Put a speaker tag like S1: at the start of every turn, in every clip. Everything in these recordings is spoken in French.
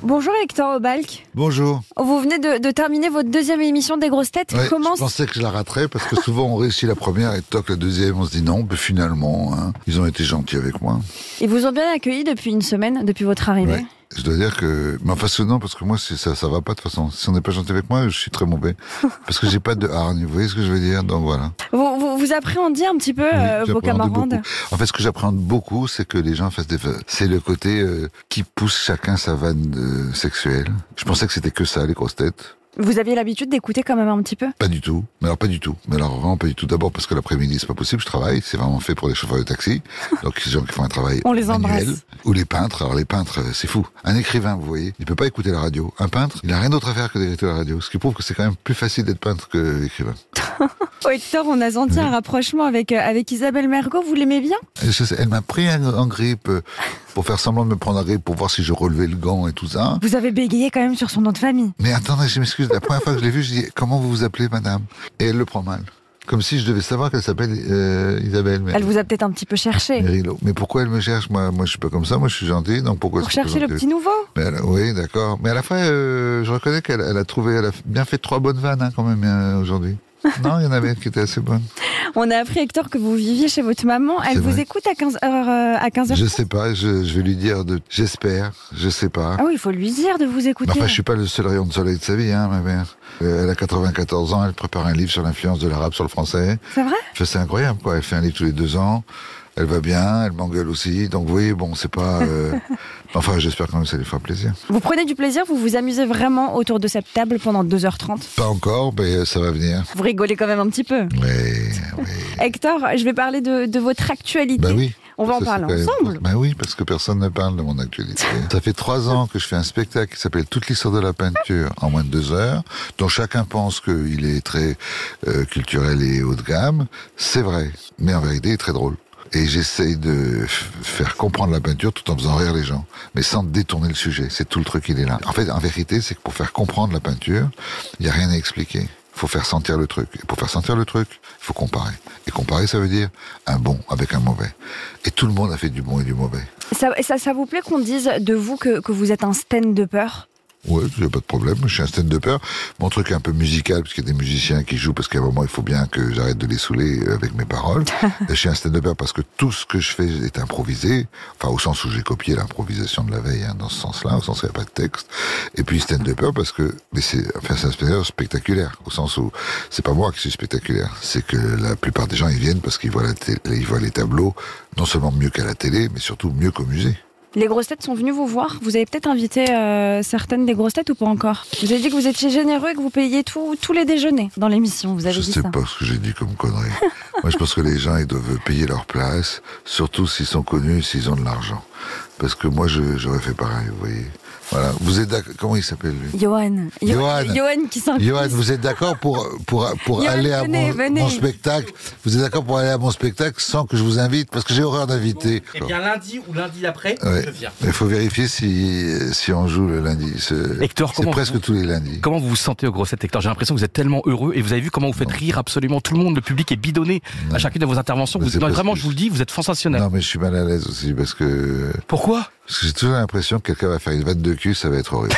S1: Bonjour Hector Obalk. Oh,
S2: Bonjour.
S1: Vous venez de, de terminer votre deuxième émission des grosses têtes.
S2: Ouais,
S1: Comment
S2: Je pensais que je la raterais parce que souvent on réussit la première et toc la deuxième. On se dit non, mais finalement, hein, ils ont été gentils avec moi.
S1: Ils vous ont bien accueilli depuis une semaine, depuis votre arrivée.
S2: Ouais. Je dois dire que, mais enfin, c'est non, parce que moi, c'est ça, ça va pas de toute façon. Si on n'est pas gentil avec moi, je suis très mauvais. Parce que j'ai pas de hargne. Vous voyez ce que je veux dire? Donc voilà.
S1: Vous, vous, vous appréhendiez un petit peu euh, vos
S2: J'appréhende
S1: camarades.
S2: beaucoup. En fait, ce que j'appréhende beaucoup, c'est que les gens fassent des. fa- C'est le côté euh, qui pousse chacun sa vanne euh, sexuelle. Je pensais que c'était que ça, les grosses têtes.
S1: Vous aviez l'habitude d'écouter quand même un petit peu.
S2: Pas du tout. Mais alors pas du tout. Mais alors vraiment pas du tout. D'abord parce que l'après-midi c'est pas possible, je travaille. C'est vraiment fait pour les chauffeurs de taxi. Donc les gens qui font un travail
S1: On les embrasse.
S2: manuel. Ou les peintres. Alors les peintres, euh, c'est fou. Un écrivain, vous voyez, il peut pas écouter la radio. Un peintre, il a rien d'autre à faire que d'écouter la radio. Ce qui prouve que c'est quand même plus facile d'être peintre que écrivain.
S1: Oh, Hector, on a senti un rapprochement avec, euh, avec Isabelle Mergot. Vous l'aimez bien
S2: Et je sais, elle m'a pris en, en grippe euh, pour faire semblant de me prendre en grippe pour voir si je relevais le gant et tout ça.
S1: Vous avez bégayé quand même sur son nom de famille.
S2: Mais attendez, je m'excuse. La première fois que je l'ai vue, je dis comment vous vous appelez, madame Et elle le prend mal. Comme si je devais savoir qu'elle s'appelle euh, Isabelle. mais-
S1: Elle vous a peut-être un petit peu cherché.
S2: Merylo. Mais pourquoi elle me cherche moi, moi, je suis pas comme ça. Moi, je suis gentil. Donc pourquoi
S1: Pour
S2: est-ce que
S1: chercher le
S2: gentil
S1: petit nouveau
S2: Mais elle- Oui, d'accord. Mais à la fin, euh, je reconnais qu'elle elle a trouvé, elle a bien fait trois bonnes vannes hein, quand même euh, aujourd'hui. Non, il y en avait une qui était assez bonne.
S1: On a appris, Hector, que vous viviez chez votre maman. Elle
S2: C'est
S1: vous
S2: vrai.
S1: écoute à 15h. à 15
S2: Je sais pas. Je, je vais lui dire. de J'espère. Je sais pas.
S1: Ah oui, il faut lui dire de vous
S2: Mais
S1: écouter.
S2: Bah, enfin, je suis pas le seul rayon de soleil de sa vie, hein, ma mère. Euh, Elle a 94 ans, elle prépare un livre sur l'influence de l'arabe sur le français.
S1: C'est vrai
S2: Enfin, C'est incroyable, quoi. Elle fait un livre tous les deux ans. Elle va bien, elle m'engueule aussi. Donc, oui, bon, c'est pas. euh, Enfin, j'espère quand même que ça lui fera plaisir.
S1: Vous prenez du plaisir, vous vous amusez vraiment autour de cette table pendant 2h30.
S2: Pas encore, mais euh, ça va venir.
S1: Vous rigolez quand même un petit peu.
S2: Oui, oui.
S1: Hector, je vais parler de, de votre actualité.
S2: Bah oui.
S1: On va en
S2: Ça, c'est
S1: parler
S2: quand même-
S1: ensemble.
S2: Bah oui, parce que personne ne parle de mon actualité. Ça fait trois ans que je fais un spectacle qui s'appelle Toute l'histoire de la peinture en moins de deux heures, dont chacun pense qu'il est très euh, culturel et haut de gamme. C'est vrai, mais en vérité, il est très drôle. Et j'essaye de f- faire comprendre la peinture tout en faisant rire les gens, mais sans détourner le sujet. C'est tout le truc, il est là. En fait, en vérité, c'est que pour faire comprendre la peinture, il n'y a rien à expliquer. Il faut faire sentir le truc. Et pour faire sentir le truc, il faut comparer. Et comparer, ça veut dire un bon avec un mauvais. Et tout le monde a fait du bon et du mauvais.
S1: Ça, ça, ça vous plaît qu'on dise de vous que, que vous êtes un stand de peur
S2: Ouais, il n'y a pas de problème. Je suis un stand-upper. Mon truc est un peu musical, parce qu'il y a des musiciens qui jouent, parce qu'à un moment, il faut bien que j'arrête de les saouler euh, avec mes paroles. je suis un stand-upper parce que tout ce que je fais est improvisé. Enfin, au sens où j'ai copié l'improvisation de la veille, hein, dans ce sens-là, au sens où il n'y a pas de texte. Et puis, stand-upper parce que, mais c'est, enfin, c'est un spectateur spectaculaire, au sens où c'est pas moi qui suis spectaculaire. C'est que la plupart des gens, ils viennent parce qu'ils voient la télé- ils voient les tableaux, non seulement mieux qu'à la télé, mais surtout mieux qu'au musée.
S1: Les grosses têtes sont venues vous voir. Vous avez peut-être invité euh, certaines des grosses têtes ou pas encore Vous avez dit que vous étiez généreux et que vous payiez tout- tous les déjeuners dans l'émission. Vous avez
S2: Je
S1: dit
S2: sais
S1: ça.
S2: pas ce que j'ai dit comme connerie. Moi, je pense que les gens, ils doivent payer leur place, surtout s'ils sont connus, s'ils ont de l'argent. Parce que moi, je- j'aurais fait pareil, vous voyez. Voilà. Vous êtes d'accord Comment il s'appelle lui
S1: Johan. Jo-
S2: Johan.
S1: Johan qui s'incline.
S2: Johan, vous êtes d'accord pour, pour, pour
S1: Johan,
S2: aller à
S1: venez,
S2: mon,
S1: venez.
S2: mon spectacle Vous êtes d'accord pour aller à mon spectacle sans que je vous invite Parce que j'ai horreur d'inviter.
S3: Eh bien, lundi ou lundi d'après,
S2: Ouais.
S3: je viens.
S2: Il faut vérifier si, si on joue le lundi. C'est
S4: Hector,
S2: c'est
S4: comment
S2: presque
S4: vous-
S2: tous les lundis.
S4: Comment vous vous sentez au Grosset Hector J'ai l'impression que vous êtes tellement heureux et vous avez vu comment vous faites rire absolument tout le monde. Le public est bidonné à chacune de vos interventions.
S2: Mais
S4: Vous,
S2: c'est
S4: non,
S2: parce
S4: vraiment,
S2: que-
S4: je vous le dis, vous êtes sensationnel.
S2: Non, mais je suis mal à l'aise aussi parce que,
S4: Pourquoi
S2: parce que j'ai toujours l'impression que quelqu'un va faire une vanne de cul, ça va être horrible.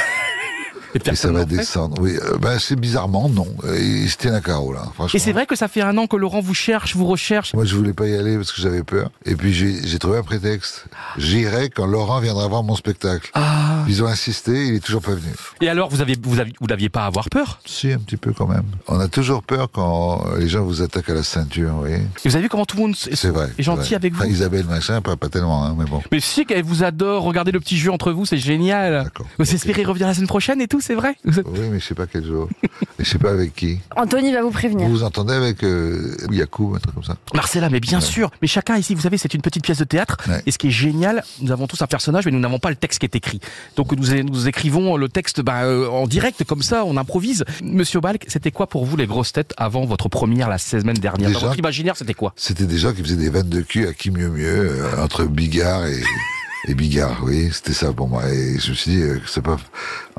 S4: Et
S2: Et ça
S4: personne
S2: va
S4: n'en fait.
S2: descendre. Oui, euh, bah, c'est bizarrement non. Euh, Il se tient à carreau là, franchement.
S4: Et c'est vrai que ça fait un an que Laurent vous cherche, vous recherche.
S2: Moi, je voulais pas y aller parce que j'avais peur. Et puis j'ai j'ai trouvé un prétexte. J'irai quand Laurent viendra voir mon spectacle.
S4: Ah.
S2: Ils ont insisté, il est toujours pas venu.
S4: Et alors, vous avez, vous aviez- vous n'aviez pas à avoir peur
S2: Si, un petit peu quand même. On a toujours peur quand euh, les gens vous attaquent à la ceinture, vous voyez.
S4: Et vous avez vu comment tout le monde s-
S2: C'est vrai.
S4: est gentil
S2: c'est vrai.
S4: avec vous
S2: Enfin, Isabelle, machin, pas, pas tellement, hein, mais bon.
S4: Mais si qu'elle vous adore. Regardez le petit jeu entre vous, c'est génial.
S2: D'accord.
S4: Ah. Vous espérez revenir la semaine prochaine et tout, c'est vrai Vous êtes-
S2: Oui, mais je sais pas quel jour. Et je sais pas avec qui.
S1: Anthony va vous prévenir.
S2: Vous vous entendez avec euh, Yacoub, un truc comme ça
S4: Marcella, mais bien sûr. Mais chacun ici, vous savez, c'est une petite pièce de théâtre.
S2: Ouais.
S4: Et ce qui est génial, nous avons tous un personnage, mais nous n'avons pas le texte qui est écrit. Donc nous, nous écrivons le texte bah, euh, en direct, comme ça, on improvise. Monsieur Balk, c'était quoi pour vous les grosses têtes avant votre première la semaine dernière
S2: Déjà
S4: Dans votre imaginaire, c'était quoi
S2: C'était des gens qui faisaient des vannes de cul à qui mieux mieux, euh, entre Bigard et, et Bigard, oui, c'était ça pour moi. Et je me suis dit, euh, que c'est pas,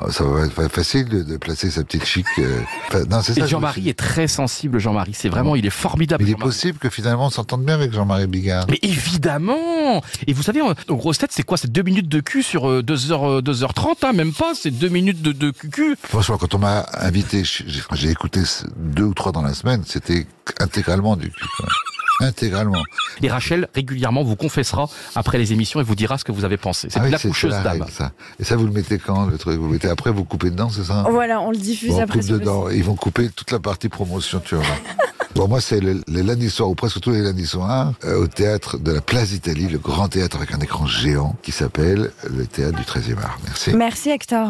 S2: euh, ça va pas être facile de, de placer sa petite chic. euh, enfin, non, c'est ça. je
S4: Et
S2: me
S4: Jean-Marie
S2: suis dit.
S4: est très sensible, Jean-Marie. C'est vraiment, il est formidable.
S2: Mais il est
S4: Jean-Marie.
S2: possible que finalement on s'entende bien avec Jean-Marie Bigard.
S4: Mais évidemment Et vous savez, en en grosse tête, c'est quoi C'est deux minutes de cul sur euh, 2h, 2h30, hein, même pas, c'est deux minutes de, de cul.
S2: Franchement, quand on m'a invité, j'ai j'ai écouté deux ou trois dans la semaine, c'était intégralement du cul. quoi. Intégralement.
S4: Et Rachel, régulièrement, vous confessera après les émissions et vous dira ce que vous avez pensé. C'est
S2: Ah oui,
S4: de la coucheuse
S2: la
S4: d'âme.
S2: règle, ça. Et ça, vous le mettez quand, le truc Vous le mettez après, vous coupez dedans, c'est ça
S1: Voilà, on le diffuse
S2: Bon, on
S1: après.
S2: coupe
S1: sur le
S2: dedans. Ils vont couper toute la partie promotion, tu vois. Bon, moi, c'est le- les lundis soirs, ou presque tous les lundis soirs, euh, au théâtre de la Place d'Italie, le grand théâtre avec un écran géant qui s'appelle le théâtre du 13e art. Merci.
S1: site. Merci Hector.